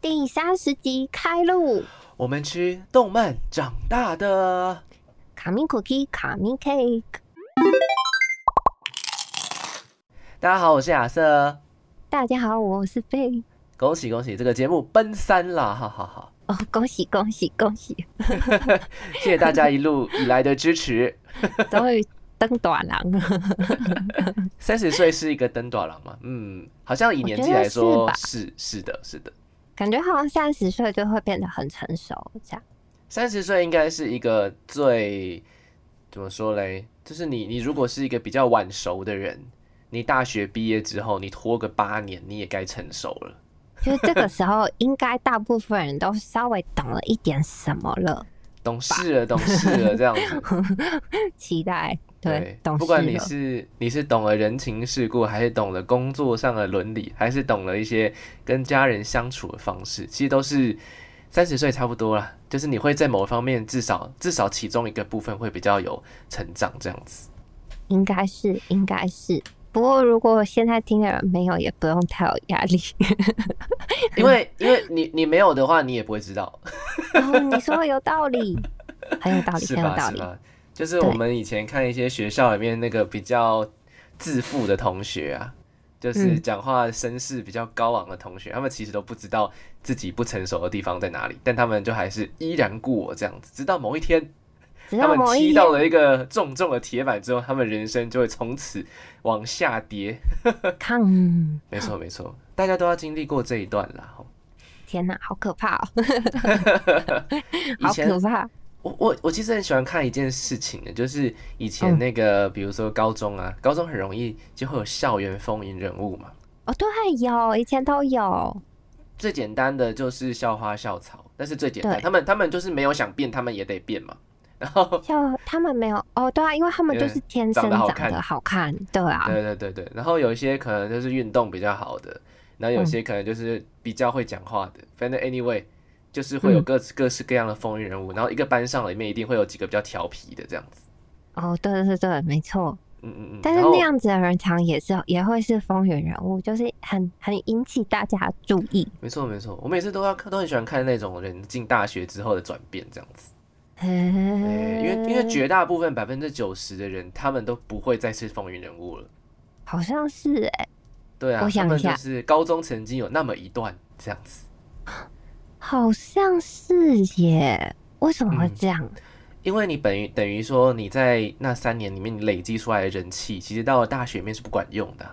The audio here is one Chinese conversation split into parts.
第三十集开录。我们吃动漫长大的。卡米 cookie，卡米 cake。大家好，我是亚瑟。大家好，我是贝。恭喜恭喜，这个节目奔三啦！哈哈哈！哦， 恭喜恭喜恭 喜！谢谢大家一路以来的支持。 终于登短廊了。三十岁是一个登短廊吗？嗯，好像以年纪我觉得来说是是是的，是的。感觉好像三十岁就会变得很成熟，这样三十岁应该是一个最怎么说嘞？就是你，你如果是一个比较晚熟的人，你大学毕业之后，你拖个八年，你也该成熟了。就是这个时候，应该大部分人都稍微懂了一点什么了。懂事了，懂事了，这样子。期待对，懂不事管你了。是你是懂了人情世故，还是懂了工作上的伦理，还是懂了一些跟家人相处的方式，其实都是三十岁差不多啦。就是你会在某方面至少至少其中一个部分会比较有成长，这样子。应该是，应该是。不过，如果现在听的人没有，也不用太有压 力。因为因为你你没有的话，你也不会知道，哦，你说的有道理，很有道理，是很有吧？道是理。吧？就是我们以前看一些学校里面那个比较自负的同学啊，就是嗯讲话声势比较高昂的同学，他们其实都不知道自己不成熟的地方在哪里，但他们就还是依然故我这样子，直到某一天，直他到们某一踢天到，了一个重重的铁板之后，他们人生就会从此往下跌。看，没错，没错，大家都要经历过这一段啦。吼天哪，好可 怕、哦，以好前可怕。我我我其实很喜欢看一件事情的，就是以前嗯那个，比如说高中啊，高中很容易就会有校园风云人物嘛。哦，对，有，以前都有，最简单的就是校花校草，但是最简单，对他们他们就是没有想变，他们也得变嘛。然 后，像他们没有哦，对啊，因为他们因就为是天生长得好长得看好看，对啊，对对对对，然后有一些可能就是运动比较好的，然嗯后有些可能就是比较会讲话的，反正 anyway 就是会有嗯各各式各样的风云人物，然后一个班上里面一定会有几个比较调皮的这样子。哦，对对对对，没错。嗯嗯嗯。但是然后那样子的人，常也是也会是风云人物，就是很很引起大家的注意。没错没错，我每次都要看，都很喜欢看那种人进大学之后的转变这样子，对因为因为嗯绝大部分百分之九十的人，他们都不会再是风云人物了。好像是哎、对啊，我想一他们下就是高中曾经有那么一段这样子，好像是耶，为什么会嗯这样？因为你等于等于说你在那三年里面你累积出来的人气，其实到了大学里面是不管用的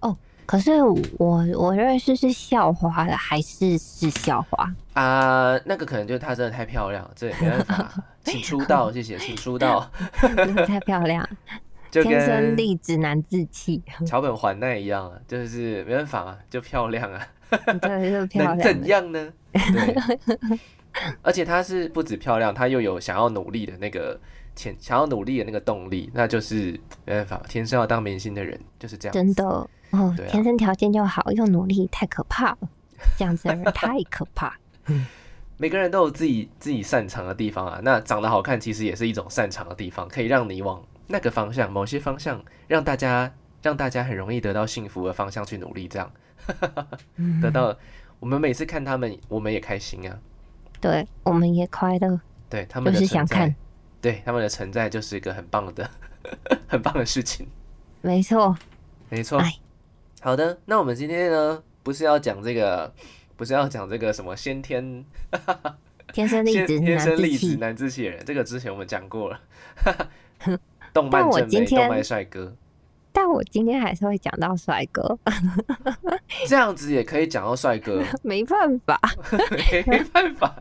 啊、可是我我认识是校花的，还是是校花？ 啊、那个可能就是她真的太漂亮，这也没办法，请 出道，谢谢，请出道，真的太漂亮，就天跟生丽质难自 弃，桥本环奈一样啊，就是没办法嘛，就漂亮啊。真的是漂能亮怎的。样呢？对，而且她是不止漂亮，她又有想要努力的那个前，想要努力的那个动力，那就是没办法，天生要当明星的人就是这样子。真的哦，对啊天生条件就好，又努力，太可怕了。这样子的人太可怕。 每个人都有自己自己擅长的地方啊。那长得好看其实也是一种擅长的地方，可以让你往那个方向，某些方向让大家让大家很容易得到幸福的方向去努力，这样嗯得到。我们每次看他们，我们也开心啊。对，我们也快乐，对他就们的是存想在看，对他们的存在就是一个很棒的、 很棒的事情。没错。没错哎。好的，那我们今天呢，不是要讲这个，不是要讲这个什么先天天生丽先质 天难生自丽质弃。难自弃的人，这个之前我们讲 过了。动但漫我正今美，动天漫帅哥，但我今天还是会讲到帅哥， 这样子也可以讲到帅哥， 没办法，没 办法，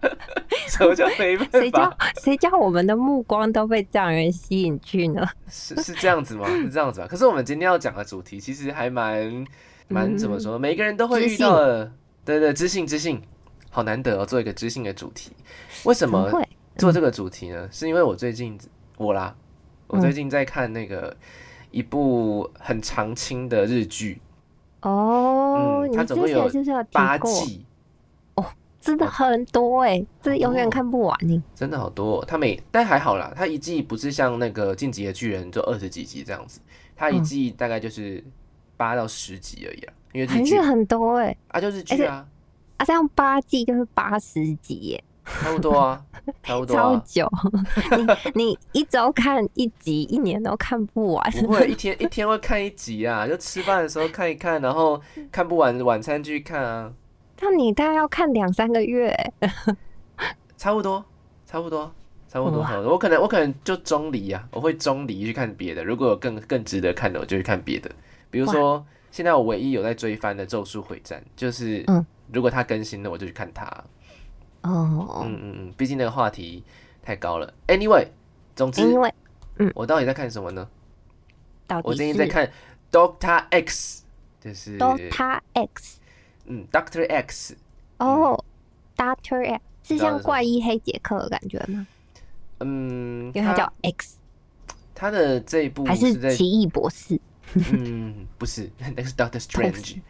什么叫没办谁叫法？谁叫我们的目光都被这样人吸引去呢？是是这样子吗？是这样子吧？可是我们今天要讲的主题其实还蛮蛮怎么说，每个人都嗯会知遇到的，对对，知性知性，好难得哦，做一个知性的主题，为什怎么么会？嗯做这个主题呢，是因为我最近我啦，我嗯最近在看那个一部很长青的日剧，哦，嗯你它之总共前有是不是有提八过？季，真的很多哎、这哦永远看不完欸呢、真的好多、哦。它每但还好啦，它一季不是像那个《进击的巨人》就二十几集这样子，它一嗯季大概就是八到十集而已啦，因为还日剧是很多哎、啊就是剧啊，啊，这样八季就是八十集耶，差不多 啊，差不多超啊，久。 你你一周看一集，一年都看不完。不会 一天一天会看一集啊，就吃饭的时候看一看，然后看不完晚餐继续看啊，那你大概要看两三个月耶，差不多，差不多，差不多，哇差不多。我可能我可能就中离啊，我会中离去看别的。如果有更更值得看的，我就去看别的。比如说，现在我唯一有在追番的《咒术回战》，就是、嗯如果它更新了，我就去看它。哦，嗯嗯嗯，毕竟那个话题太高了。Anyway，总之、因为我到底在看什么呢？到我底最近在是看 Doctor X，就是，Dota X 嗯 Doctor X，嗯哦，Doctor X 是你知道像是什么怪医黑杰克的感觉吗？嗯，因为它他叫 X，他的这一部还是是在奇异博士嗯不是， 那个是 Doctor 不 Strange 是。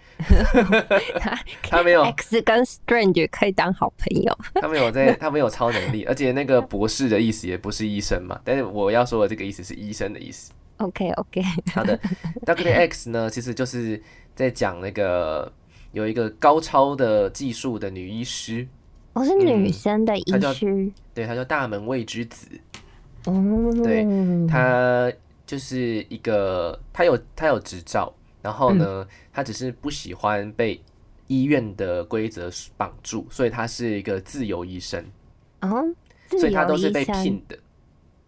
他没有， X 跟 Strange 可以当好朋友。他没有在，他没有超能力，而且那个博士的意思也不是医生嘛。但是我要说的这个意思是医生的意思。 OK OK，他的 Doctor X 呢，其实就是在讲那个有一个高超的技术的女医师， 我是女嗯生的医它叫师。对，她叫大门未之子。哦，对她就是一个，她有她有执照，然后嗯呢，她只是不喜欢被医院的规则绑住，所以她是一个自由医生。哦，所自以他由都是医被生聘的，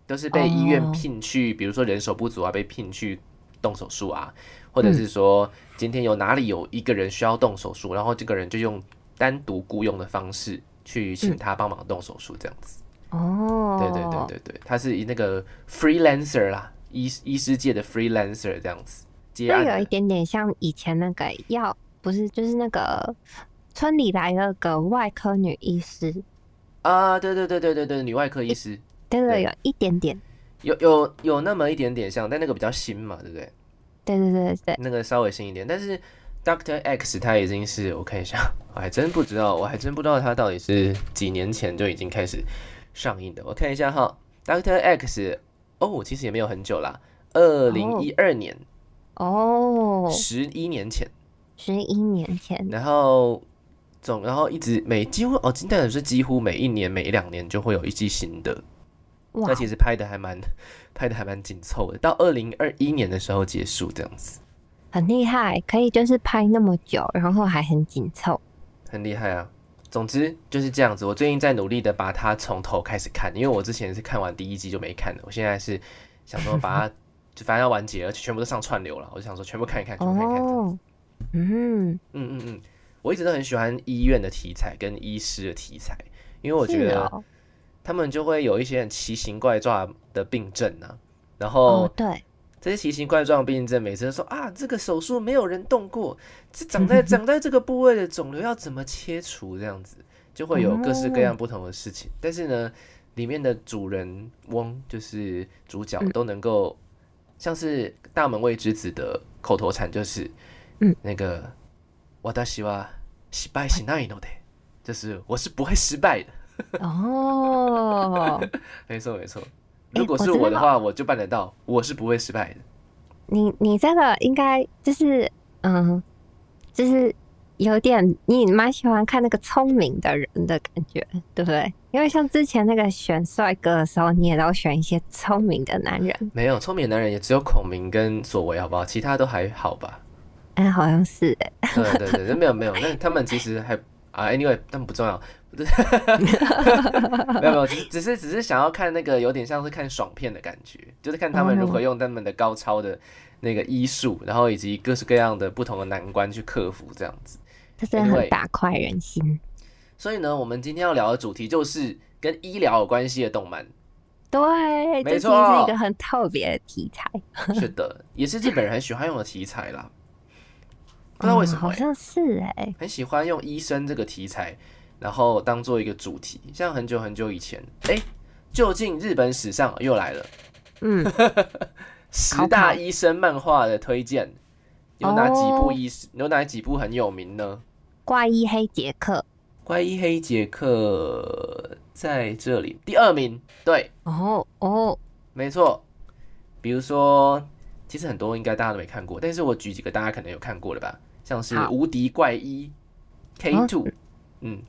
都是被医院哦聘去，比如说人手不足啊，被聘去动手术啊，或嗯者是说今天有哪里有一个人需要动手术，然后这个人就用单独雇佣的方式去嗯请他帮忙动手术，这样子。哦，对对对对对，他是以那个 freelancer 啦，医医师界的 freelancer 这样子接案就有一的。点点像以前那个药，不是就是那个村里来了个外科女医师，啊，对对对对对对，女外科医师对对对，有一点点，有有有那么一点点像，但那个比较新嘛，对不对？对对对对对，那个稍微新一点，但是 Doctor X 他已经是我看一下，我还真不知道，我还真不知道他到底是几年前就已经开始上映的。我看一下哈，Doctor X 哦，其实也没有很久啦，二零一二年，哦，十一、年前，十一年前，然后总然后一直每几乎哦，真的是几乎每一年每两年就会有一季新的，哇那，其实拍的还蛮拍的还蛮紧凑的，到二零二一年的时候结束这样子。很厉害，可以就是拍那么久，然后还很紧凑，很厉害啊。总之就是这样子，我最近在努力的把它从头开始看，因为我之前是看完第一季就没看了，我现在是想说把它 就反正要完结了，而且全部都上串流了，我就想说全部看一看，全部看一看。这样子哦，嗯，嗯嗯嗯，我一直都很喜欢医院的题材跟医师的题材，因为我觉是得啊哦，他们就会有一些很奇形怪状的病症啊，然后哦，对，这些奇形怪状的病症，每次都说啊，这个手术没有人动过，这 长在长在这个部位的肿瘤要怎么切除，这样子就会有各式各样不同的事哦情。但是呢，里面的主人翁就是主角嗯都能够，像是大门卫之子的口头禅就是，嗯，那个我达西哇失败しないので，就是我是不会失败的。哦，没错没错，诶如果我是真的我的好话，哎我就办得到，我是不会失败的。你你这个应该就是嗯，就是有点你蛮喜欢看那个聪明的人的感觉，对不对？因为像之前那个选帅哥的时候，你也都选一些聪明的男人，没有，聪明的男人也只有孔明跟索维，好不好？其他都还好 吧？哎，好像是哎、对对对，没有没有，那他们其实还啊，anyway，他们不重要， 不是，没有没有，只是只是只是想要看那个有点像是看爽片的感觉，就是看他们如何用他们的高超的那个医术，然后以及各式各样的不同的难关去克服这样子。这真的 Anyway 很打快人心。所以呢，我们今天要聊的主题就是跟医疗有关系的动漫。对，没这其实错是一个很特别的题材， 是的，也是日本人很喜欢用的题材啦。不知道为什嗯么、好欸，像是哎、很喜欢用医生这个题材，然后当做一个主题。像很久很久以前，哎、究竟日本史上又来了 嗯，十考大考医生漫画的推荐，有哪几部哦医师有哪几部很有名呢？怪医黑杰克怪医黑杰克在这里第二名，对，哦哦，没错。比如说，其实很多应该大家都没看过，但是我举几个大家可能有看过的吧，像是好《无敌怪医》K 哦 Two，嗯，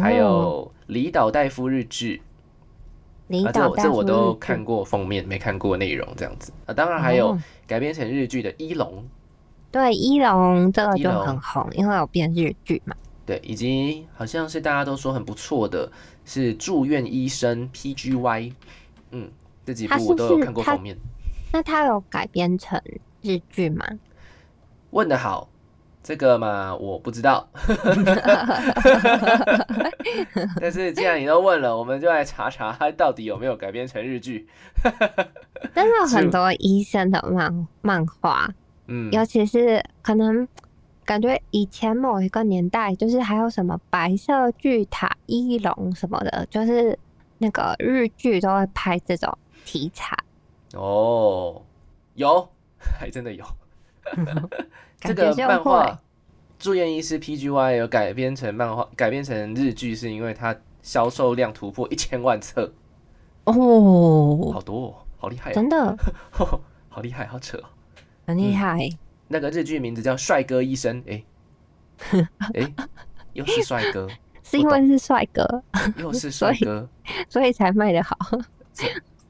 还有离岛代夫日志离啊，这岛我哦大这夫我都日看记，过封面，没看过内容这样子啊。当然还有哦改编成日剧的《一龙》，对一龙这个一就龙很红，因为有变日剧嘛。对，以及好像是大家都说很不错的是《住院医生 PGY》，嗯，这几它部是我都有不是看过它封面。那它有改编成日剧吗？问的好，这个嘛我不 知道，但是既然你都问了，我们就来查查它到底有没有改编成日剧。真的有是很多医生的漫漫画，嗯，尤其是可能感觉以前某一个年代，就是还有什么白色巨塔、一龙什么的，就是那个日剧都会拍这种题 材，哦，有，还真的有。这嗯感觉个就漫会画。住院医师 PGY 有改编成漫画，改编成日剧，是因为它销售量突破一千万册，哦，好多、哦，好厉害、哦真，的 好厉害，好扯、哦。很厉害。那个日剧名字叫《帅哥医生》， 诶，诶，又是帅哥，是因为是帅哥， 又是帅哥，所以才卖得好。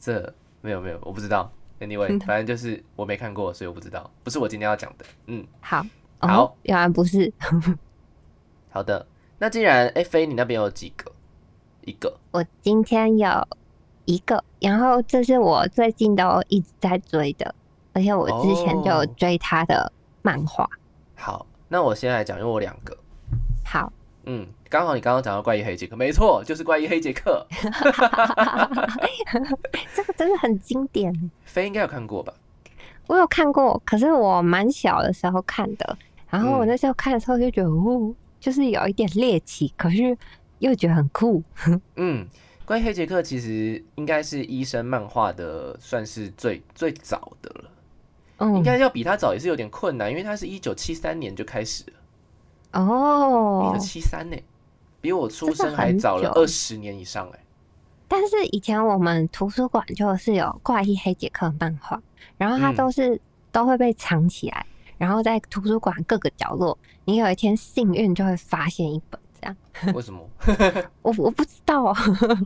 这没有没有，我不知道。Anyway，反正就是我没看过，所以我不知道，不是我今天要讲的。嗯，好，哦、好，原来不是，好的。那既然 F A 你那边有几个？一个我今天有一个，然后这是我最近都一直在追的，而且我之前就有哦追他的漫画。好，那我先来讲，因为我两个。好，嗯，刚好你刚刚讲到怪异黑杰克，没错，就是怪异黑杰克。这个真的很经典，飞应该有看过吧？我有看过，可是我蛮小的时候看的，然后我嗯那时候看的时候就觉得，哦，就是有一点猎奇，可是又觉得很酷。嗯，关于黑杰克其实应该是医生漫画的，算是最最早的了。应嗯，该要比他早也是有点困难，因为他是一九七三年就开始了，一哦九，七三呢，比我出真的生还很早了久二十年以上哎。但是以前我们图书馆就是有怪异黑杰克漫画，然后它嗯都是、都会被藏起来，然后在图书馆各个角落，你有一天幸运就会发现一本这样。为什么？ 我我不知道，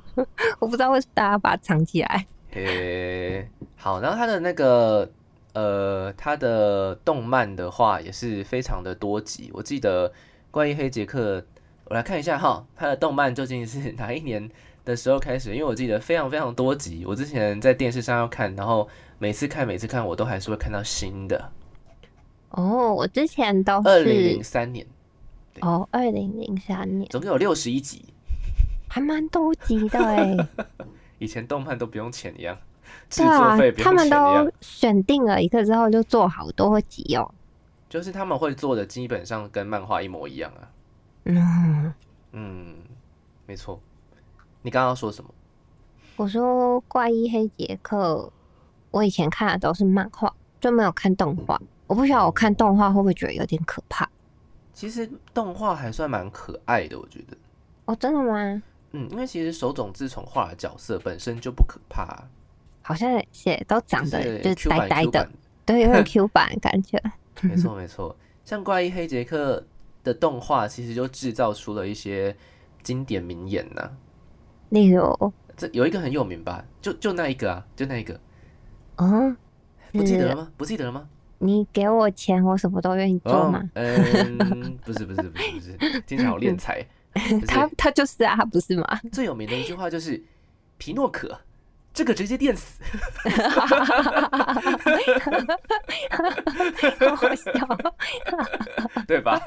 我不知道为什么大家把它藏起来。诶、好，然后他的那个呃，他的动漫的话也是非常的多集。我记得《怪异黑杰克》，我来看一下哈，他的动漫究竟是哪一年的时候开始？因为我记得非常非常多集，我之前在电视上要看，然后每次看每次看，我都还是会看到新的。哦，我之前都二零是零三年哦，二零零三年总共有六十一集，还蛮多集的 哎、以前动漫都不用钱一样，制对啊作费，不他用钱们一样都。选定了一个之后就做好多集哦。就是他们会做的基本上跟漫画一模一样啊。嗯，嗯，没错。你刚刚说什么？我说《怪医黑杰克》，我以前看的都是漫画，就没有看动画。我不晓得我看动画会不会觉得有点可怕？其实动画还算蛮可爱的，我觉得。哦，真的吗？嗯，因为其实手冢治虫画的角色本身就不可怕啊，好像也是都长得就就是是 Q 呆版呆 Q 的版，对，有 点 Q 版感觉。 没错没错。像怪医黑杰克的动画，其实就制造出了一些经典名言呐、例如，这有一个很有名吧，就就那一个啊，就那一个，嗯，不记得了是吗？不记得了吗？你给我钱，我什么都愿意做哦吗？嗯，不是不是不是不是， 听起来好敛财。不是嗯他他就是啊，他不是吗？ 最有名的一句话就是“皮诺可”，这个直接电 死。好好 笑，对吧？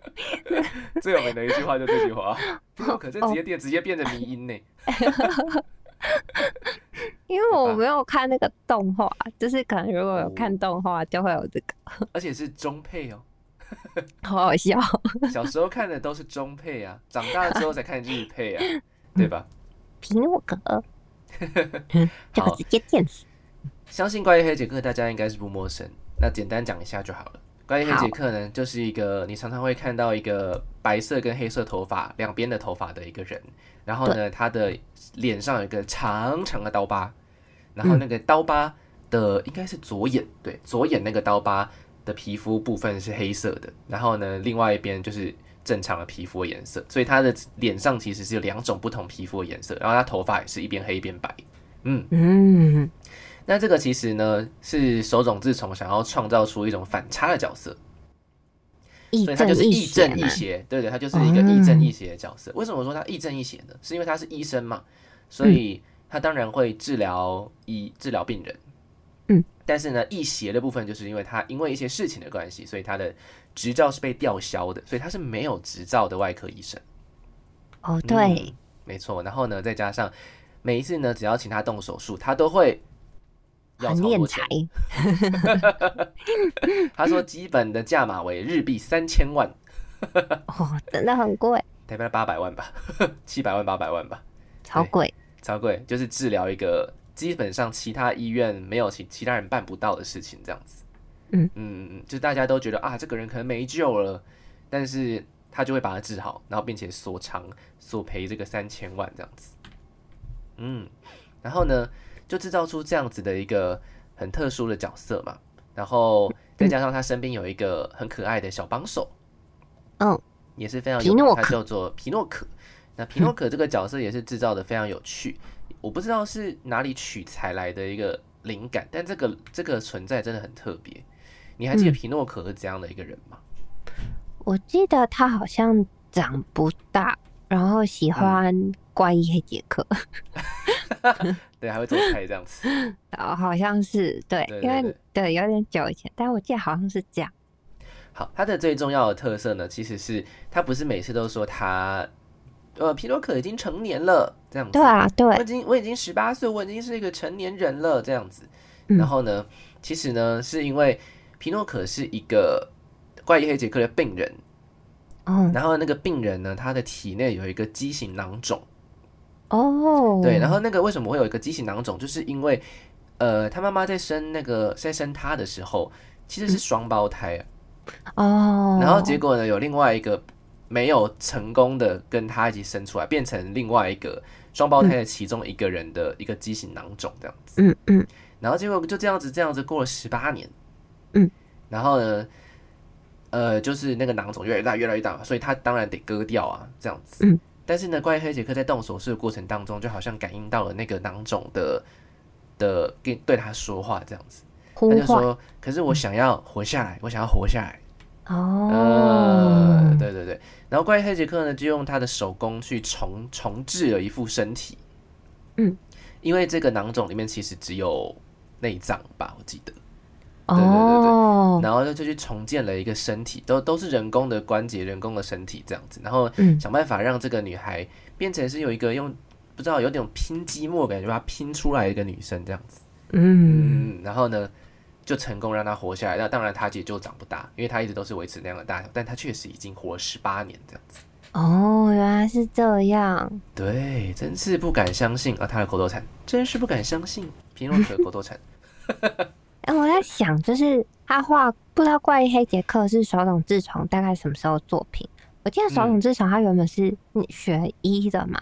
最有名的一句话就这句话，皮诺哦可这直接电直接变成迷音呢。因为我没有看那个动画，就是可能如果有哦看动画就会有这个，而且是中配哦。好好笑。 小时候看的都是中配啊，长大之后才看日配啊，对吧？皮诺可， 嗯这个直接电死。相信《怪异黑杰克》大家应该是不陌生，那简单讲一下就好了。《怪异黑杰克》呢，就是一个你常常会看到一个白色跟黑色头发两边的头发的一个人，然后呢，他的脸上有一个长长的刀疤，然后那个刀疤的应该是左眼，对，左眼那个刀疤的皮肤部分是黑色的，然后呢，另外一边就是正常的皮肤的颜色，所以他的脸上其实是有两种不同皮肤的颜色，然后他头发也是一边黑一边白。嗯，嗯，那这个其实呢是手冢治虫想要创造出一种反差的角色，亦所以他就是亦亦正嘛亦邪，对对，他就是一个亦正亦邪的角色。为什么我说他亦正亦邪呢？是因为他是医生嘛，所以他当然会治疗医治疗病人。嗯，但是呢，亦邪的部分就是因为他因为一些事情的关系，所以他的执照是被吊销的，所以他是没有执照的外科医生。哦，嗯对，没错。然后呢，再加上每一次呢，只要请他动手术，他都会要很超敛过财钱。他说基本的价码为日币三千万，哦，真的很贵，大概八百万吧， 七百万八百万吧。超贵。超贵，就是治疗一个基本上其他医院没有其其他人办不到的事情，这样子。嗯嗯嗯，就大家都觉得啊，这个人可能没救了，但是他就会把它治好，然后并且索偿索赔这个三千万这样子。嗯，然后呢，就制造出这样子的一个很特殊的角色嘛，然后再加上他身边有一个很可爱的小帮手，嗯，也是非常皮有名诺他可叫做皮诺可。那皮诺可这个角色也是制造的非常有趣，我不知道是哪里取材来的一个灵感，但这个这个存在真的很特别。你还记嗯得皮诺可是怎样的一个人吗？我记得他好像长不大，然后嗯喜欢怪异黑杰克， 对，还会做菜这样子。哦，好像是对对，因对为对有点久以前，但我记得好像是这样。好，它的最重要的特色呢，其实是它不是每次都说他，呃，皮诺可已经成年了这样子。对啊，我已对，经我已经十八岁，我已经是一个成年人了，这样子。嗯然后呢，其实呢，是因为皮诺可是一个怪异黑杰克的病人，嗯，然后那个病人呢，他的体内有一个畸形囊肿，哦，对，然后那个为什么会有一个畸形囊肿，就是因为呃，他妈妈在生那个在生他的时候嗯其实是双胞胎啊，哦，然后结果呢，有另外一个没有成功的跟他一起生出来，变成另外一个双胞胎的其中一个人的一个畸形囊肿这样子。嗯嗯，然后结果就这样子，这样子过了十八年，嗯，然后呢，呃，就是那个囊肿越来越大，越来越大嘛，所以他当然得割掉啊，这样子，嗯。但是呢，怪医黑杰克在动手术的过程当中，就好像感应到了那个囊肿的的跟对他说话这样子，他呼就唤说：“可嗯是我想要活下来，我想要活下来。”呃哦，，对对对。然后怪医黑杰克呢，就用他的手工去重重置了一副身体。嗯，因为这个囊肿里面其实只有内脏吧，我记得。呃对对哦，然后就就去重建了一个身体，都都是人工的关节、人工的身体这样子。然后嗯想办法让这个女孩变成是有一个用不知道有点拼积木的感觉，把它拼出来一个女生这样子。嗯，嗯，然后呢？就成功让她活下来，那当然她也就长不大，因为她一直都是维持那样的大小，但她确实已经活了十八年这样子。哦，原来是这样，对，真是不敢相信啊！他的口头禅，真是不敢相信。皮诺可的口头禅，哎，我在想，就是他画不知道怪异黑杰克是手冢治虫大概什么时候作品？我记得手冢治虫他原本是嗯学医的嘛，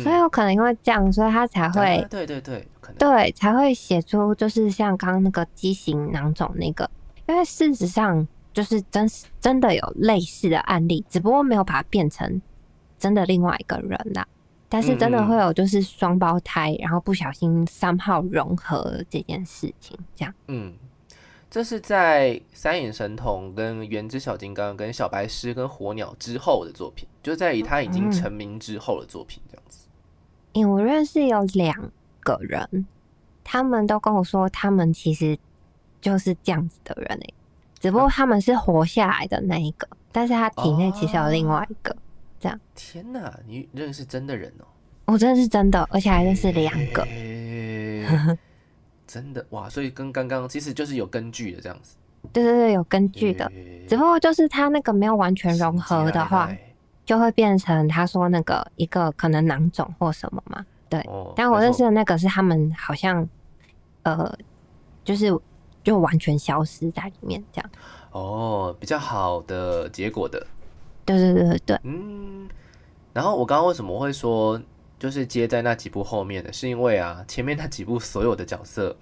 所以有可能因为这样，所以他才会、啊对对对，有可能，对才会写出就是像刚刚那个畸形囊肿那个，因为事实上就是真实真的有类似的案例，只不过没有把它变成真的另外一个人啦。但是真的会有就是双胞胎，然后不小心三号融合这件事情，这样。嗯，这是在三眼神童、跟原之小金刚、跟小白狮、跟火鸟之后的作品，就在以他已经嗯成名之后的作品这样子。因为我认识有两个人，他们都跟我说，他们其实就是这样子的人诶、只不过他们是活下来的那一个，但是他体内其实有另外一个。天哪，你认识真的人哦？我真的是真的，而且还认识两个。嘿， 真的哇！所以跟刚刚其实就是有根据的这样子，对对对，有根据的。嘿只不过就是他那个没有完全融合的话神，奇就会变成他说那个一个可能囊肿或什么嘛。啊哦，但我没认错识的那个是他们好像，呃，就是就完全消失在里面这样。哦，比较好的结果的，对对对对对，嗯。然后我刚刚为什么会说就是接在那几部后面的，是因为啊，前面那几部所有的角色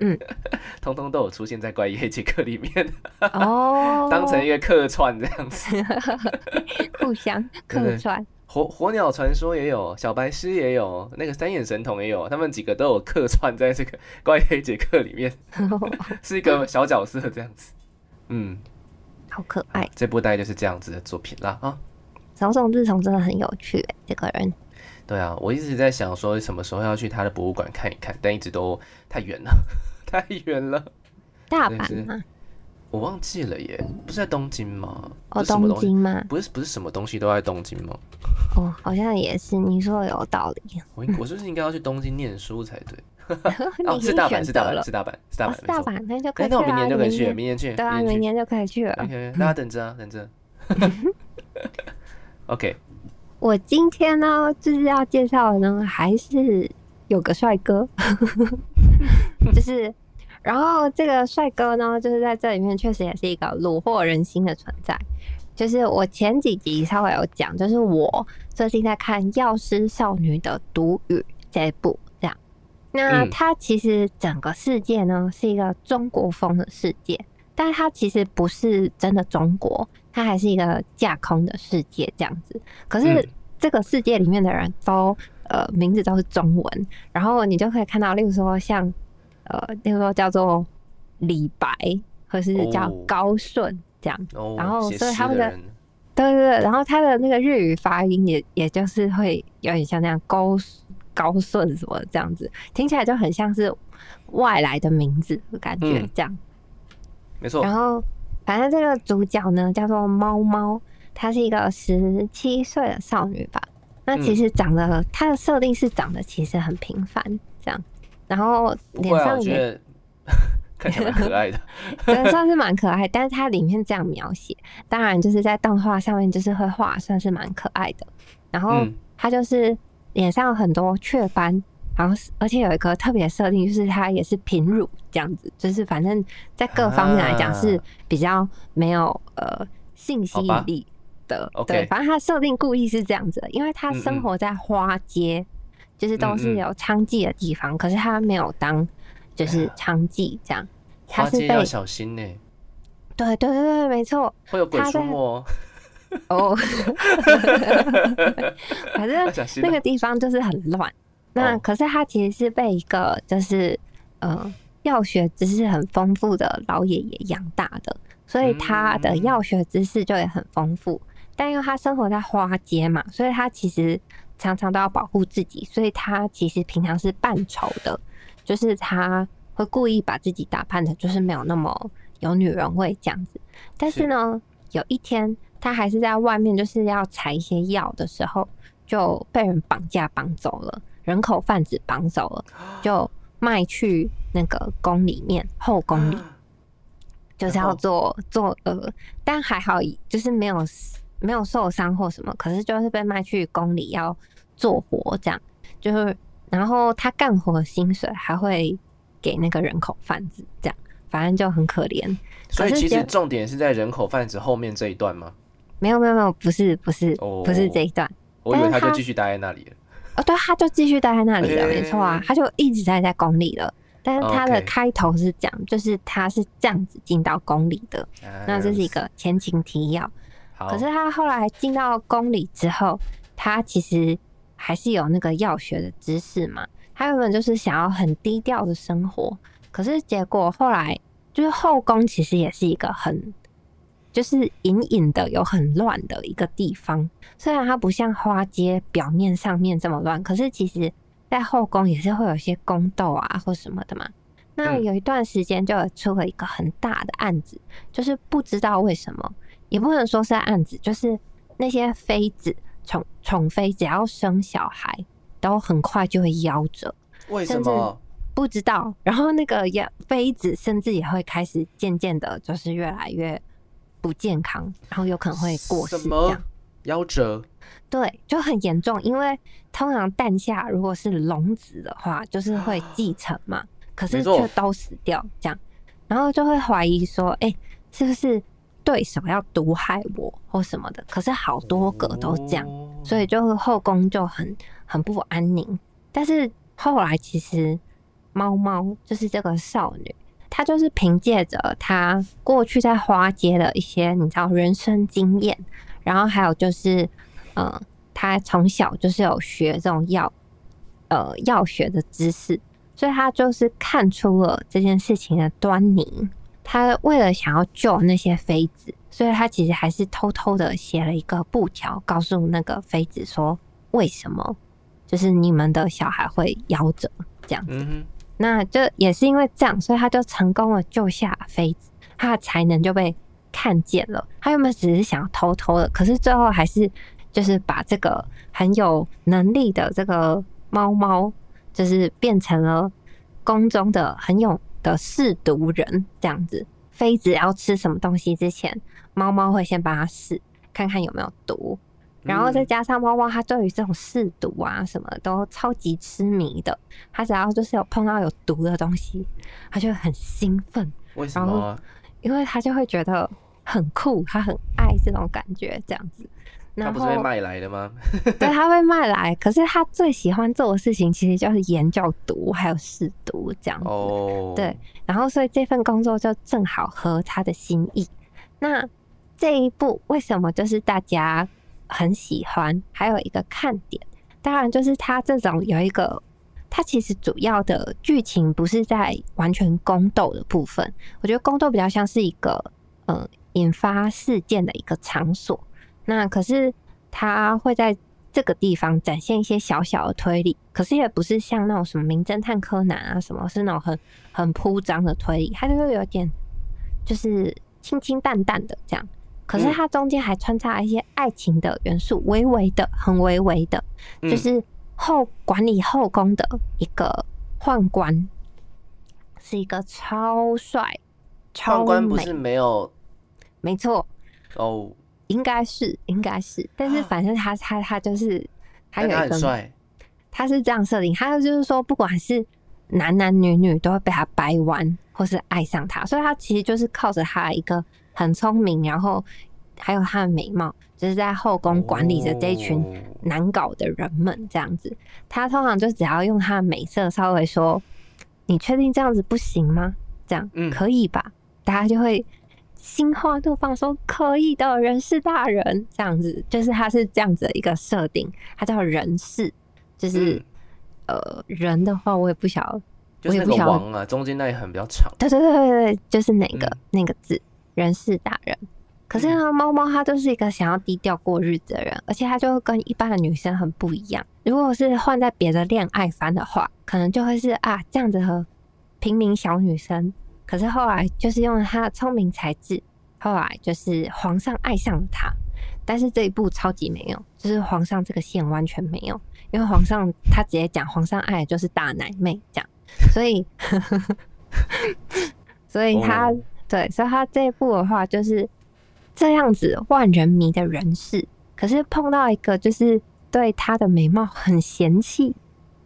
嗯， 通通都有出现在怪异黑杰克里面，哦，当成一个客串这样子。互相对对客串， 火火鸟传说也有，小白狮也有，那个三眼神童也有，他们几个都有客串在这个怪异黑杰克里面， 是一个小角色这样子。嗯，好可爱。这部大概就是这样子的作品啦啊。手冢治虫真的很有趣、欸，这个人对啊，我一直在想说什么时候要去他的博物馆看一看，但一直都太远了， 太远了，大对是阪嘛，我忘记了耶，不是在东京吗？哦，不是什么东东西，京嘛，不是不是什么东西都在东京吗？哦，好像也是，你说的有道理。我 我是不是应该要去东京念书才对？你 哦，已是经大阪，选是择大了阪，，是大阪，是大哦阪，是没大错。阪，那就可哎以去那啊，我明年就可以明去，明年去，对啊，明年就可以去去。了。 OK，大家等着啊，等着。OK，我今天呢，就是要介绍的呢，还是有个帅哥， 就是，然后这个帅哥呢，就是在这里面确实也是一个虏获人心的存在。就是我前几集稍微有讲，就是我最近在看《药师少女的毒语》这一部，这样。那嗯它其实整个世界呢是一个中国风的世界，但它其实不是真的中国，它还是一个架空的世界这样子。可是嗯这个世界里面的人都呃名字都是中文，然后你就可以看到，例如说像呃，例如说叫做李白，或是叫哦高顺这样。哦，然后写所以诗他们的的人对对对，然后他的那个日语发音也也就是会有点像那样高高顺什么这样子，听起来就很像是外来的名字的感觉嗯这样。没错然，后反正这个主角呢叫做猫猫，她是一个十七岁的少女吧。那嗯其实长得，她的设定是长得其实很平凡这样，然后不脸会啊，上我觉也得看起来蛮可爱的。对，算是蛮可爱，但是它里面这样描写，当然就是在动画上面就是会画，算是蛮可爱的。 然后嗯它就是脸上有很多雀斑，然后是而且有一个特别设定，就是它也是平乳这样子，就是反正在各方面来讲是啊比较没有呃性吸好引嗯吧力的。 OK 对，反正它设定故意是这样子的，因为它嗯嗯生活在花街，就是都嗯是嗯有娼妓的地方，可是它没有当就是娼妓这样。它花是街被要小心呢，对对对对，没错。会有鬼他出在没哦。 哦，反正 要小心那啊个地方就是很乱。那哦可是他其实是被一个就是呃药学知识很丰富的老爷爷养大的，所以他的嗯药学知识就也很丰富。但因为他生活在花街嘛，所以他其实常常都要保护自己，所以他其实平常是扮丑的，就是他会故意把自己打扮的，就是没有那么有女人味这样子。但是是呢，有一天他还是在外面，就是要采一些药的时候，就被人绑架绑走了，人口贩子绑走了，就卖去那个宫里面后宫里， 就是然要后做做呃，但还好就是没有死没有受伤或什么，可是就是被卖去宫里要做活这样，就是然后他干活的薪水还会给那个人口贩子这样，反正就很可怜。所以可是其觉实得重点是在人口贩子后面这一段吗？没有没有没有，不是不是、哦不是这一段我以为但他是就他继续待在那里了。哦，对，他就继续待在那里了，诶没错啊，他就一直待在宫里了。但是他的哎哦 OK 开头是讲就是他是这样子进到宫里的，那这是一哎个前情提要。好，可是他后来进到宫里之后，他其实还是有那个药学的知识嘛。他原本就是想要很低调的生活，可是结果后来就是后宫其实也是一个很，就是隐隐的有很乱的一个地方。虽然它不像花街表面上面这么乱，可是其实在后宫也是会有一些宫斗啊或什么的嘛。那嗯有一段时间就有出了一个很大的案子，就是不知道为什么，也不能说是案子，就是那些妃子宠宠妃只要生小孩，都很快就会夭折。为什甚至么？不知道，然后那个也妃子甚至也会开始渐渐的，就是越来越不健康，然后有可能会过世什这么样。夭折？对，就很严重，因为通常诞下如果是龙子的话，就是会继承嘛，可啊没是错却都死掉这样，然后就会怀疑说，哎、是不是对手要毒害我或什么的？可是好多个都这样，哦，所以就是后宫就很很不安宁。但是后来其实猫猫，就是这个少女，她就是凭借着她过去在花街的一些你知道人生经验，然后还有就是，呃，她从小就是有学这种药，呃，药学的知识，所以她就是看出了这件事情的端倪。她为了想要救那些妃子，所以她其实还是偷偷的写了一个布条，告诉那个妃子说为什么就是你们的小孩会夭折这样子。嗯哼，那就也是因为这样，所以他就成功了救下妃子，他的才能就被看见了。他原本只是想偷偷的，可是最后还是就是把这个很有能力的这个猫猫，就是变成了宫中的很有的试毒人这样子。妃子要吃什么东西之前，猫猫会先帮他试，看看有没有毒。然后再嗯加上猫猫，它对于这种试毒啊什么都超级痴迷的。它只要就是有碰到有毒的东西，它就会很兴奋，为什么啊？因为它就会觉得很酷，它很爱这种感觉这样子。他然不后是被卖来的 吗？对它被卖来，可是它最喜欢做的事情其实就是研究毒还有试毒这样子。哦，对，然后所以这份工作就正好合他的心意。那这一部为什么就是大家很喜欢？还有一个看点，当然就是它这种有一个，它其实主要的剧情不是在完全宫斗的部分，我觉得宫斗比较像是一个嗯、呃引发事件的一个场所。那可是它会在这个地方展现一些小小的推理，可是也不是像那种什么名侦探柯南啊什么，是那种很很铺张的推理，它就是有点就是清清淡淡的这样。可是嗯它中间还穿插一些爱情的元素，微微的，很微微的，嗯就是后管理后宫的一个宦官，是一个超帅、超宦官不美，是没有没错，哦，应该是应该是，但是反正他他他就是他有啊哎但他一很个，帅，他是这样设定，他就是说不管是男男女女都会被他掰弯，或是爱上他，所以他其实就是靠着他一个很聪明，然后还有他的美貌，就是在后宫管理着这一群哦难搞的人们这样子。他通常就只要用他的美色稍微说：“你确定这样子不行吗？”这样，嗯可以吧？大家就会心花怒放，说：“可以的，人事大人。”这样子，就是他是这样子的一个设定，他叫人事，就是、嗯呃人的话，我也不晓得就我也是那不个晓得王啊，中间那一横比较长。对对对对对，就是那个、嗯那个字“人事大人”。可是呢，猫猫它就是一个想要低调过日子的人，而且它就跟一般的女生很不一样。如果是换在别的恋爱番的话，可能就会是啊这样子和平民小女生。可是后来就是用她的聪明才智，后来就是皇上爱上了她。但是这一部超级没有，就是皇上这个线完全没有，因为皇上他直接讲皇上爱的就是大奶妹这样，所以 所以他、哦对，所以他这一部的话就是这样子万人迷的人士，可是碰到一个就是对她的美貌很嫌弃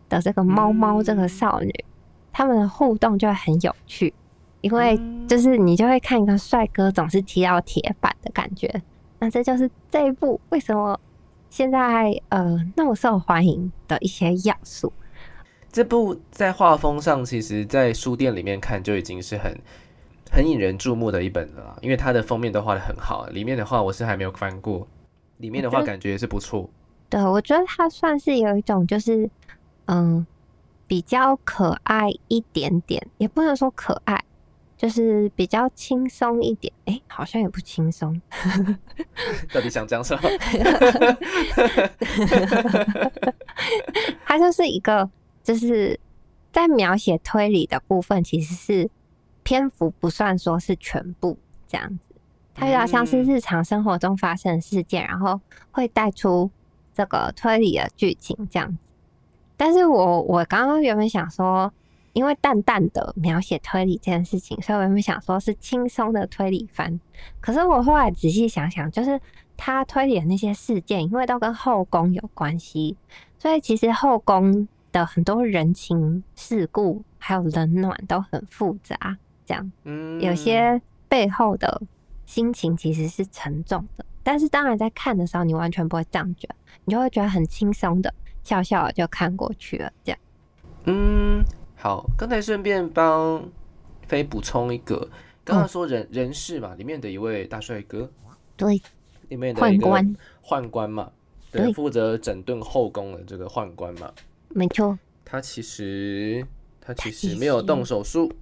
的这个猫猫这个少女，他们的互动就会很有趣，因为嗯就是你就会看一个帅哥总是踢到铁板的感觉，那这就是这一部为什么现在呃那么受欢迎的一些要素。这部在画风上，其实，在书店里面看就已经是很很引人注目的一本了啦，因为它的封面都画的很好，里面的话我是还没有翻过，里面的话我觉得感觉也是不错。 对，我觉得它算是有一种就是，嗯，比较可爱一点点，也不能说可爱，就是比较轻松一点。诶，好像也不轻松，到底想讲什么？ 它就是一个就是在描写推理的部分，其实是篇幅不算说是全部这样子，它比较像是嗯日常生活中发生的事件，然后会带出这个推理的剧情这样子。但是我我刚刚原本想说，因为淡淡的描写推理这件事情，所以我原本想说是轻松的推理番。可是我后来仔细想想，就是他推理的那些事件，因为都跟后宫有关系，所以其实后宫的很多人情世故还有冷暖都很复杂，这样 嗯有些背后的心情其实是沉重的。但是当然，在看的时候，你完全不会这样觉得，你就会觉得很轻松的，笑笑的就看过去了。这样，嗯，好，刚才顺便帮飞补充一个，刚刚说人、人事嘛，里面的一位大帅哥，对，里面的宦一个官，宦官嘛，对，对负责整顿后宫的这个宦官嘛，没错，他其实他其其实没有实动手术，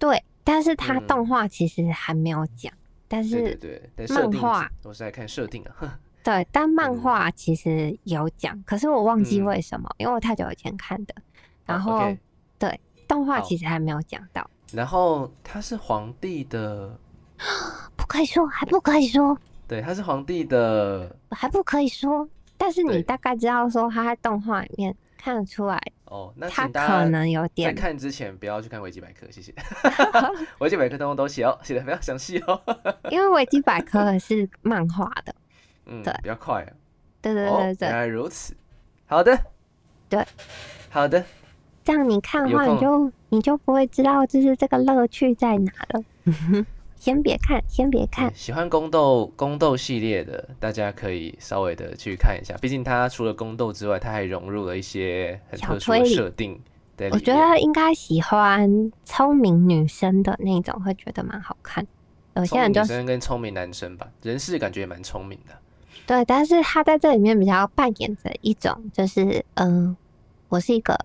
对。但是他嗯动画其实还没有讲，但对对是对，但漫设定画我是来看设定啊， 对，但漫嗯画其实有讲，可是我忘记嗯哦为什么，因为我太久以前看的。然后 o k 动画好其实还没有讲到，然后他是皇帝的，不可以说，还不可以说，对，他是皇帝的还不可以说。但是你对大概知道说他在动画里面看得出来，哦，那他请可大家能有在点看之前不要去看维基百科，谢谢， 维基百科通通都写哦，写的非常详细哦， 因为维基百科是漫画的，嗯对，比较快、啊，对对哦对，对原对，来如此，好的，对，好的，这样你看的话，有你就你就不会知道就是这个乐趣在哪了。 先别看，先别看嗯，喜欢宫斗宫斗系列的，大家可以稍微的去看一下，毕竟它除了宫斗之外，它还融入了一些很小特殊推的理设定在里我面。觉得应该喜欢聪明女生的那种，会觉得蛮好看。有些聪明人就女是生跟聪明男生吧，人事感觉也蛮聪明的。对，但是他在这里面比较扮演着一种，就是嗯、我是一个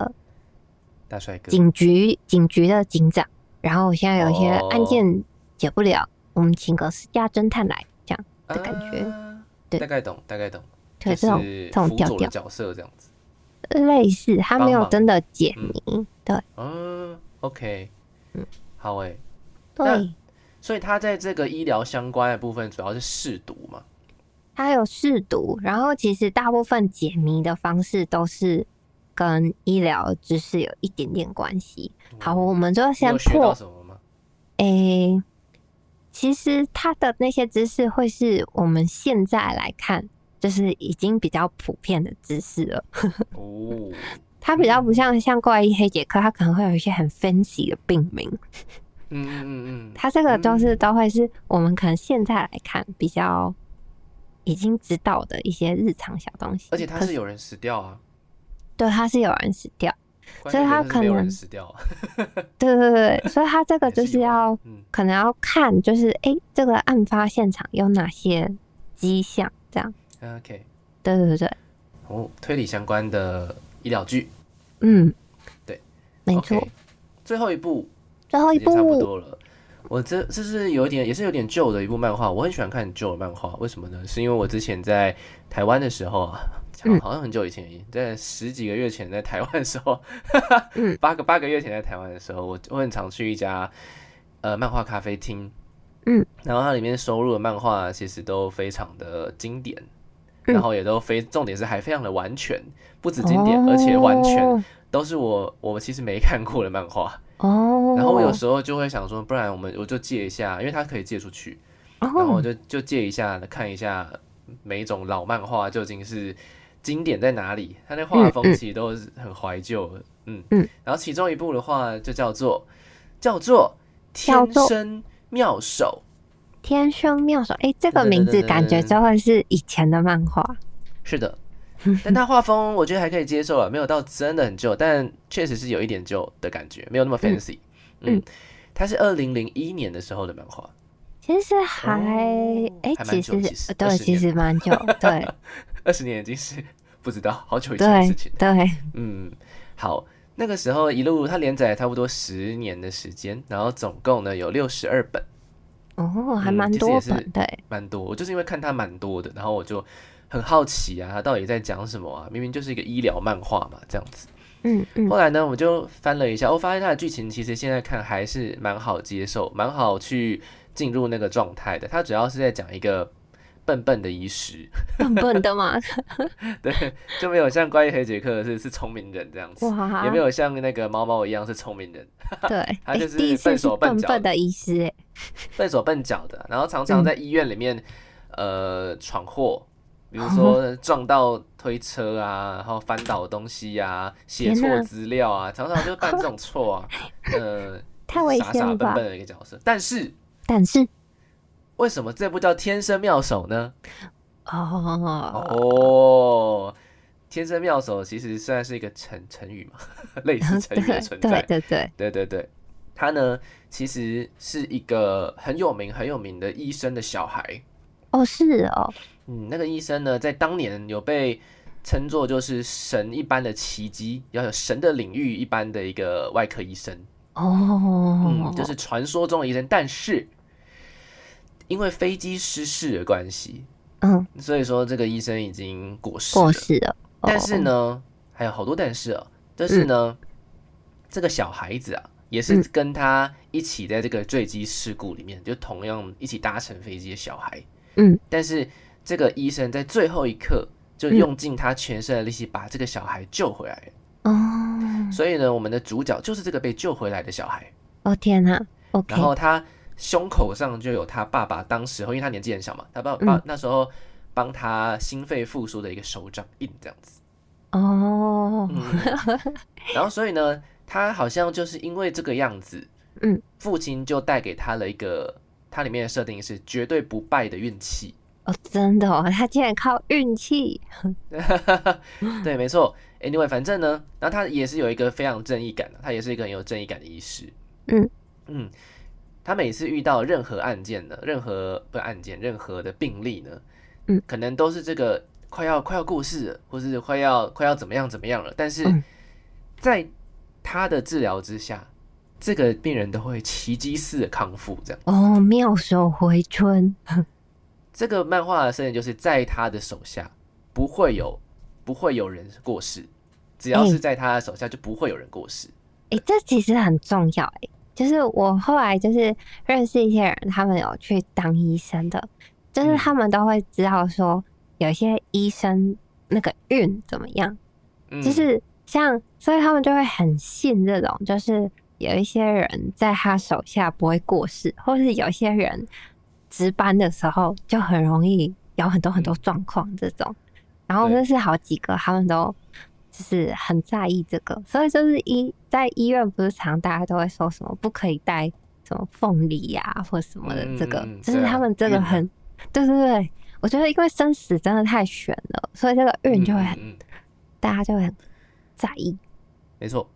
大帅哥，警局警局的警长，然后我现在有一些哦案件解不了，我们请个私家侦探来这样的感觉，啊对大概懂，大概懂，对就这种是这种辅调佐的调角色这样子。类似，他没帮有忙真的解嗯谜，对嗯，OK，嗯好诶，对，所以他在这个医疗相关的部分主要是试毒嘛，他有试读，然后其实大部分解谜的方式都是跟医疗知识有一点点关系。好，嗯我们就你先有学破到什么吗？诶、其实它的那些知识会是我们现在来看，就是已经比较普遍的知识了。哦，它比较不嗯像像怪医黑杰克，它可能会有一些很分析的病名。嗯 嗯嗯嗯，它这个都是嗯都会是我们可能现在来看比较已经知道的一些日常小东西。而且他可是有人死掉啊，对，它是有人死掉，关所以键他就是可没有人能死掉啊，对对对， 对所以它这个也就是是有啊要嗯可能要看，就是诶、这个案发现场有哪些迹象这样。 ，OK，对对对对。哦，推理相关的医疗剧，嗯，对，没 OK 错。最后一部最哦后一时间差不部多了。我这这是有一点，也是有点旧的一部漫画。我很喜欢看旧的漫画，为什么呢？是因为我之前在台湾的时候啊，嗯好像很久以前，在十几个月前在台湾的时候，嗯 八个八个月前在台湾的时候，我我很常去一家呃漫画咖啡厅，嗯，然后它里面收录的漫画其实都非常的经典，嗯然后也都非重点是还非常的完全，不止经典，而且完全哦都是我我其实没看过的漫画。哦，然后我有时候就会想说，不然我们我就借一下，因为它可以借出去，然然后我就就借一下看一下每一种老漫画究竟是经典在哪里，它那画风嗯嗯其实都是很怀旧的，嗯嗯。然后其中一部的话就叫做叫做叫天做生妙手，天生妙手，哎，这个对对名对字对感觉对就会是以前的漫画。是 的。但它画风我觉得还可以接受啊，没有到真的很旧，但确实是有一点旧的感觉，没有那么 fancy。嗯，嗯它是二零零一年的时候的漫画，其实还哦哎、还蛮其久实其实呃对， 20其实蛮久，对二十年已经是不知道好久以前的对事情。对，嗯，好，那个时候一路它连载了差不多十年的时间，然后总共呢有六十二本，哦，还嗯蛮其实也多是本，对，蛮多。我就是因为看它蛮多的，然后我就很好奇啊，它到底在讲什么啊？明明就是一个医疗漫画嘛，这样子。嗯嗯后来呢，我就翻了一下，我发现它的剧情其实现在看还是蛮好接受，蛮好去进入那个状态的。它主要是在讲一个笨笨的医师，笨笨的嘛，对，就没有像关于黑杰克是是聪明人这样子。哇，也没有像那个猫猫一样是聪明人， 对，他哎就是第一笨次是手笨笨脚笨的的医师，哎，笨手笨脚的，然后常常嗯在医院里面，呃，闯祸，比如哦说撞到推车啊，然后翻倒东西啊，写天错哪资料啊，常常就犯这种 错啊，呃，太危傻险傻了笨吧笨的一个角色。但是但是为什么这部叫《天生妙手》呢？哦，哦，天生妙手其实算是一个成成语嘛， 类似成语的存在 对。对对对对对，他呢其实是一个很有名很有名的医生的小孩。哦，是哦，嗯，那个医生呢，在当年有被称作就是神一般的奇迹，要有神的领域一般的一个外科医生。哦嗯，，就是传说中的医生，但是因为飞机失事的关系，嗯，所以说这个医生已经过世了。过世了。但是哦，嗯呢，还有好多但是啊，但是呢，这个小孩子啊，也是嗯跟他一起在这个坠机事故里面，就同样一起搭乘飞机的小孩。嗯，但是这个医生在最后一刻就用尽他全身的力气把这个小孩救回来了。哦，所以呢，我们的主角就是这个被救回来的小孩。哦天哪，OK，然后他胸口上就有他爸爸当时候，因为他年纪很小嘛，他爸爸、嗯那时候帮他心肺复苏的一个手掌印这样子。哦，嗯， 然后所以呢，他好像就是因为这个样子，嗯，父亲就带给他了一个，他里面的设定是绝对不败的运气。哦，真的哦，他竟然靠运气， 对，没错。Anyway，反正呢，然后他也是有一个非常正义感的，他也是一个很有正义感的医师。嗯嗯，他每次遇到任何案件呢，任何不是案件，任何的病例呢，嗯，可能都是这个快要快要过世了，或是快要快要怎么样怎么样了，但是嗯在他的治疗之下，这个病人都会奇迹似的康复，这样。哦，妙手回春，这个漫画的设定就是在他的手下不会有不会有人过世，只要嗯是在他的手下就不会有人过世。诶，这其实很重要诶，就是我后来就是认识一些人，他们有去当医生的，就是嗯他们都会知道说有些医生那个运怎么样，嗯，就是像，所以他们就会很信这种，就是有一些人在他手下不会过世，或是有一些人值班的时候就很容易有很多很多状况这种。然后我对认识好几个，他们都就是很在意这个，所以就是医在医院不是常大家都会说什么不可以带什么凤梨呀、或什么的嗯，这个、嗯嗯就是对啊他们这运个啊很、对对对。我觉得因为生死真的太悬了，所以这个运就会很嗯嗯嗯大家就会很在意。没错。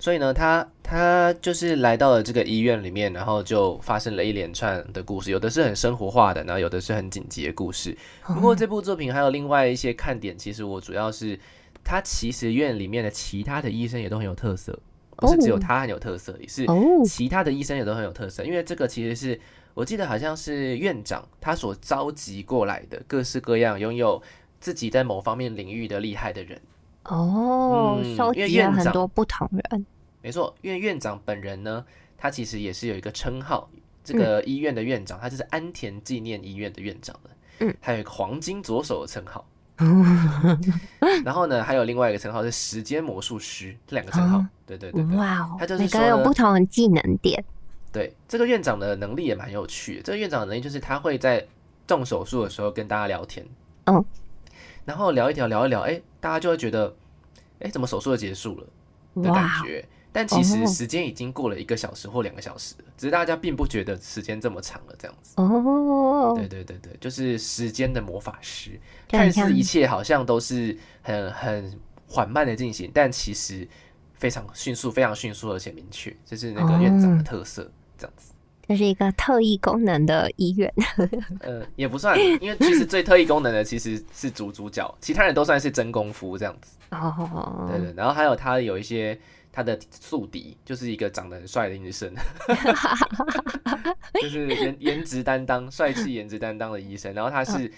所以呢，他他就是来到了这个医院里面，然后就发生了一连串的故事，有的是很生活化的，然后有的是很紧急的故事。不过这部作品还有另外一些看点，其实我主要是他其实院里面的其他的医生也都很有特色，不是只有哦他很有特色，也是哦其他的医生也都很有特色，因为这个其实是我记得好像是院长他所召集过来的各式各样拥有自己在某方面领域的厉害的人。哦，嗯收因为集了院很长多不同 人，没错，因为院长本人呢，他其实也是有一个称号，这嗯个医院的院长，他就是安田纪念医院的院长了。嗯，还有一个黄金左手的称号。然后呢，还有另外一个称号是时间魔术师，这两个称号。哦对对对对哇哦他就，是每个说人有呢不同的技能点，对，这个院长的能力也蛮有趣的。这个院长的能力就是他会在动手术的时候跟大家聊天，嗯，然后聊一聊聊一聊，哎，大家就会觉得，哎，怎么手术就结束了的感哇觉？但其实哦时间已经过了一个小时或两个小时了，只是大家并不觉得时间这么长了，这样子。哦对，对对对，就是时间的魔法师，就看很似像一切好像都是很很缓慢的进行，但其实非常迅速、非常迅速而且明确，这是那个院长哦的特色，这样子。这是一个特异功能的医院，呃，也不算，因为其实最特异功能的其实是主主角，其他人都算是真功夫这样子。哦， 对对，然后还有他有一些他的宿敌，就是一个长得很帅的医生， 就是颜颜值担当、帅气颜值担当的医生。然后他嗯是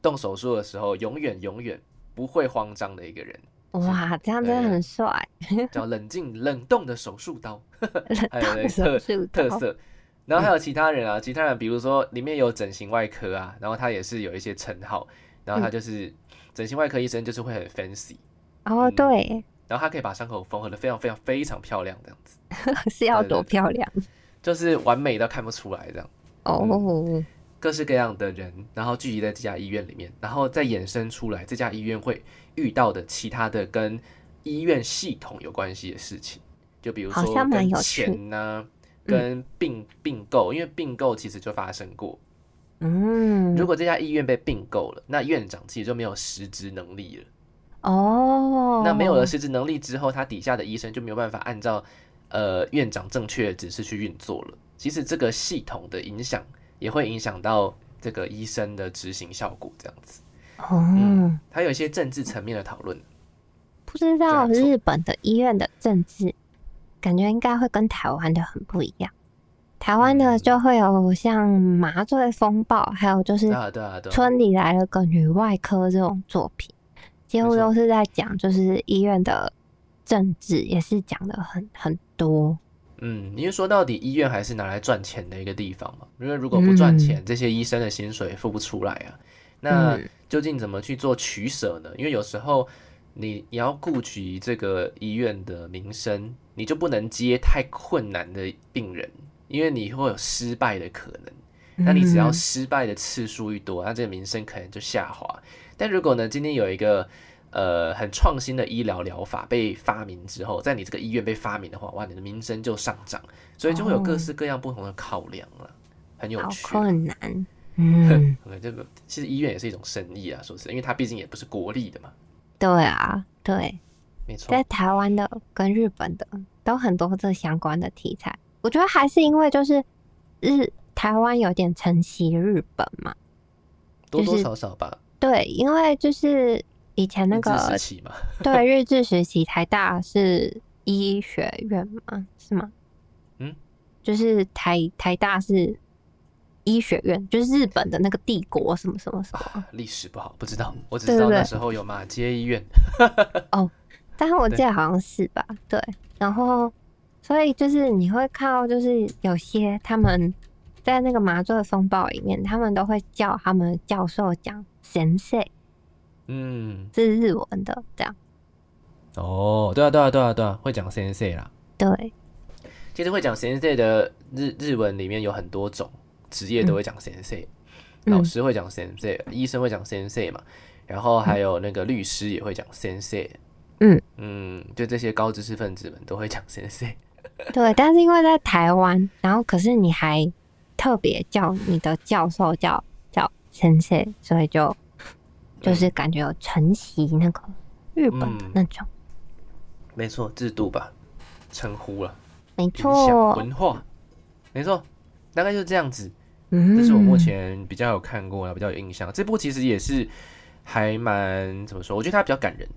动手术的时候永远永远不会慌张的一个人，哦哇，这样对真的对很帅，叫冷静冷冻的手 术刀，还有动那手个术特刀 嗯色。然后还有其他人啊，其他人比如说里面有整形外科啊，然后他也是有一些称号，然后嗯他就是、整形外科医生就是会很 fancy，哦，嗯对， 然后他可以把伤口缝合的非常非常非常漂亮，这样子是要对对多对漂亮就是完美到看不出来这样。哦，各式各样的人，然后聚集在这家医院里面，然后再衍生出来这家医院会遇到的其他的跟医院系统有关系的事情，就比如好说像蛮跟有趣钱呐、跟并并购，因为并购其实就发生过，嗯如，果这家医院被并购了，那院长其实就没有实职能力了。哦，那没有了失智能力之后，他底下的医生就没有办法按照呃院长正确的指示去运作了。其实这个系统的影响也会影响到这个医生的执行效果，这样子。哦，嗯还有一些政治层面的讨论。不知道这样做日本的医院的政治，感觉应该会跟台湾的很不一样。台湾的嗯就会有像麻醉风暴，还有就是对啊，对啊，对啊。村里来了个女外科这种作品，几乎没错都是在讲就是医院的政治，也是讲的很很多。嗯，因为说到底，医院还是拿来赚钱的一个地方嘛。因为如果不赚钱，这些医生的薪水也付不出来啊。那嗯究竟怎么去做取舍呢？因为有时候你你要顾及这个医院的名声，你就不能接太困难的病人，因为你会有失败的可能。那你只要嗯失败的次数愈多，那这个名声可能就下滑。但如果呢，今天有一个呃很创新的医疗疗法被发明之后，在你这个医院被发明的话，哇，你的名声就上涨，所以就会有各式各样不同的考量了、很有哦好趣。困难， 嗯，可能这个其实医院也是一种生意啊，说是，因为它毕竟也不是国力的嘛，对啊，对，没错在。台湾的跟日本的都很多这相关的题材。我觉得还是因为就是日台湾有点承袭日本嘛，多就多是少少吧，对，因为就是以前那日治时个期嘛，对日治时期台大是医学院嘛，是吗？嗯，就是台台大是医学院，就是日本的那个帝国什么什么什么。 历史不好，不知道，我只哦对知道对那对时候有马街医院，但是我对记得好像是吧？对，然后所以就是你会看到，就是有些他们在那个麻醉风暴里面，他们都会叫他们教授讲神社嗯，是日文的这样。哦，对啊，对啊，对啊，对啊，会讲 sensei 啦，对，其实会讲 sensei 的日日文里面有很多种职业都会讲 sensei，、嗯老师会讲 sensei，、医生会讲 sensei 嘛，然后还有那个律师也会讲 sensei。嗯嗯，就这些高知识分子们都会讲 sensei。对，但是因为在台湾，然后可是你还特别叫你的教授叫叫神社，所以就嗯就是感觉有承袭那个日本嗯的那种，没错，制度吧，称呼了，没影响错，文化，没错，大概就是这样子。嗯，这是我目前比较有看过，然后比较有印象。这部其实也是还蛮怎么说？我觉得它比较感人，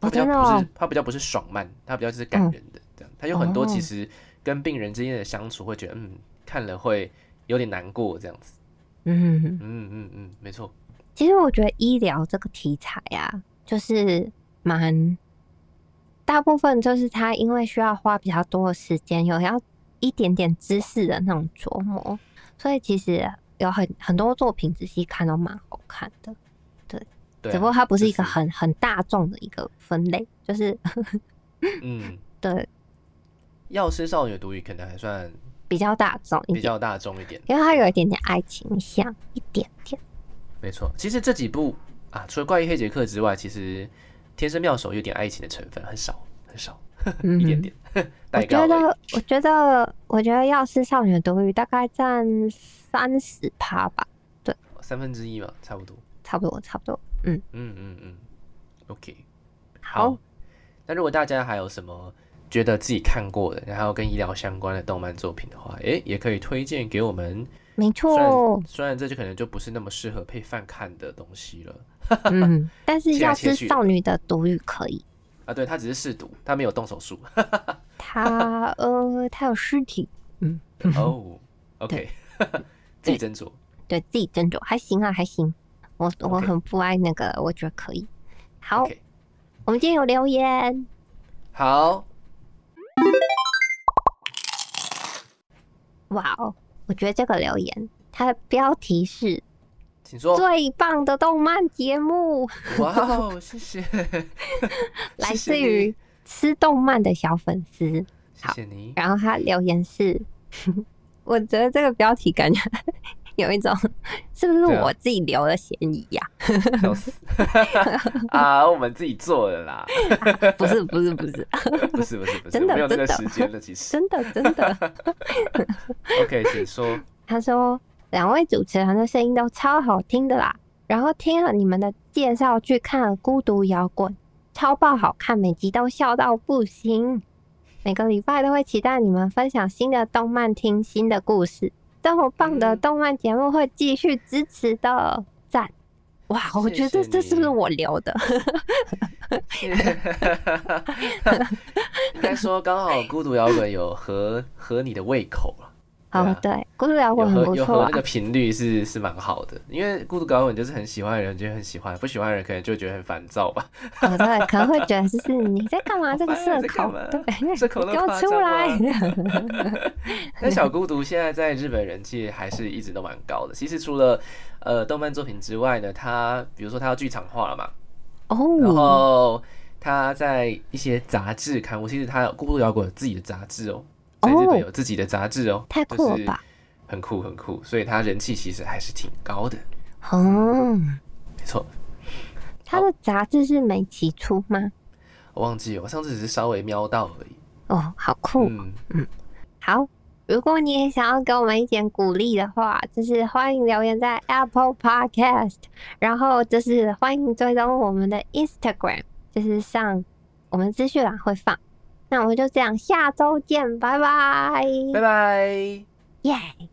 它哦比较真的不是、哦嗯它比较不是爽漫，它比较就是感人的、这样。它有很多哦其实跟病人之间的相处，会觉得嗯看了会有点难过这样子。嗯。嗯嗯嗯，没错。其实我觉得医疗这个题材啊，就是蛮大部分就是他因为需要花比较多的时间，有要一点点知识的那种琢磨，所以其实有很很多作品仔细看都蛮好看的。对啊、只不过它不是一个就是很很大众的一个分类，就是 嗯，对药师少女毒语可能还算比较大众一比点，较大众一点，因为它有一点点爱情像，一点点。没错。其实这几部啊，除了怪医黑杰克之外，其实天生妙手有点爱情的成分，很少很少，嗯 一点点。 我代觉高而已得，我觉得，我觉得《药师少女的独语》大概占三十趴吧，三分之一嘛，差不多。差不多，差不多。嗯嗯嗯，OK，好，那如果大家还有什么觉得自己看过的，然后跟医疗相关的动漫作品的话，诶，也可以推荐给我们。没虽然、错，虽然这就可能就不是那么适合配饭看的东西了 嗯，但是《切来药切师去的少女的独语》可以，啊，对，它只是试读，它没有动手 术。它呃，它有尸体，哦，OK，自 己斟酌。对自己斟酌，还行啊，还行。我我 OK 很不爱那个，我觉得可以。好 OK，我们今天有留言，好，哇哦，我觉得这个留言它的标题是请“说。最棒的动漫节目哇哦，谢 谢，来谢谢自于你吃动漫的小粉丝”。谢谢你。然后他留言是， 我觉得这个标题感觉 有一种是不是对啊我自己留的嫌疑呀、笑死啊！我们自己做的啦，不是不是不是， 不是不是不是，真的没有那个真时的间 了，其实。真的真的。 OK，请说。他说两位主持人的声音都超好听的啦，然后听了你们的介绍去看了《孤独摇滚》，超爆好看，每集都笑到不行。每个礼拜都会期待你们分享新的动漫，听新的故事。这么棒的嗯动漫节目会继续支持的，赞！哇，我谢觉谢得这是不你是我留的？应该说刚好孤独摇滚有合合你的胃口了，对哦啊，对，孤独摇有滚很合不有错合啊那。个频率是是蛮好的，因为孤独摇滚就是很喜欢的人就很喜欢，不喜欢的人可能就觉得很烦躁吧。哦对，可能会觉得就是你在 干嘛？好这个烦啊社在干恐嘛，对， 社恐你都给我夸出张来！ 但小孤独现在在日本人气还是一直都蛮高的。其实除了呃动漫作品之外呢，它比如说它要剧场化了嘛，然哦，后他在一些杂志刊物，其实他有孤独摇滚有自己的杂志哦，哦在日本有自己的杂志哦，太酷了就是吧很酷很酷，所以他人气其实还是挺高的，哦，没错。他的杂志是每期出吗？我忘记了，我上次只是稍微瞄到而已。哦，好酷！嗯，好，如果你也想要给我们一点鼓励的话，就是欢迎留言在 Apple Podcast，然后就是欢迎追踪我们的 Instagram，就是上我们资讯栏会放。那我们就这样，下周见，拜拜，拜拜。耶。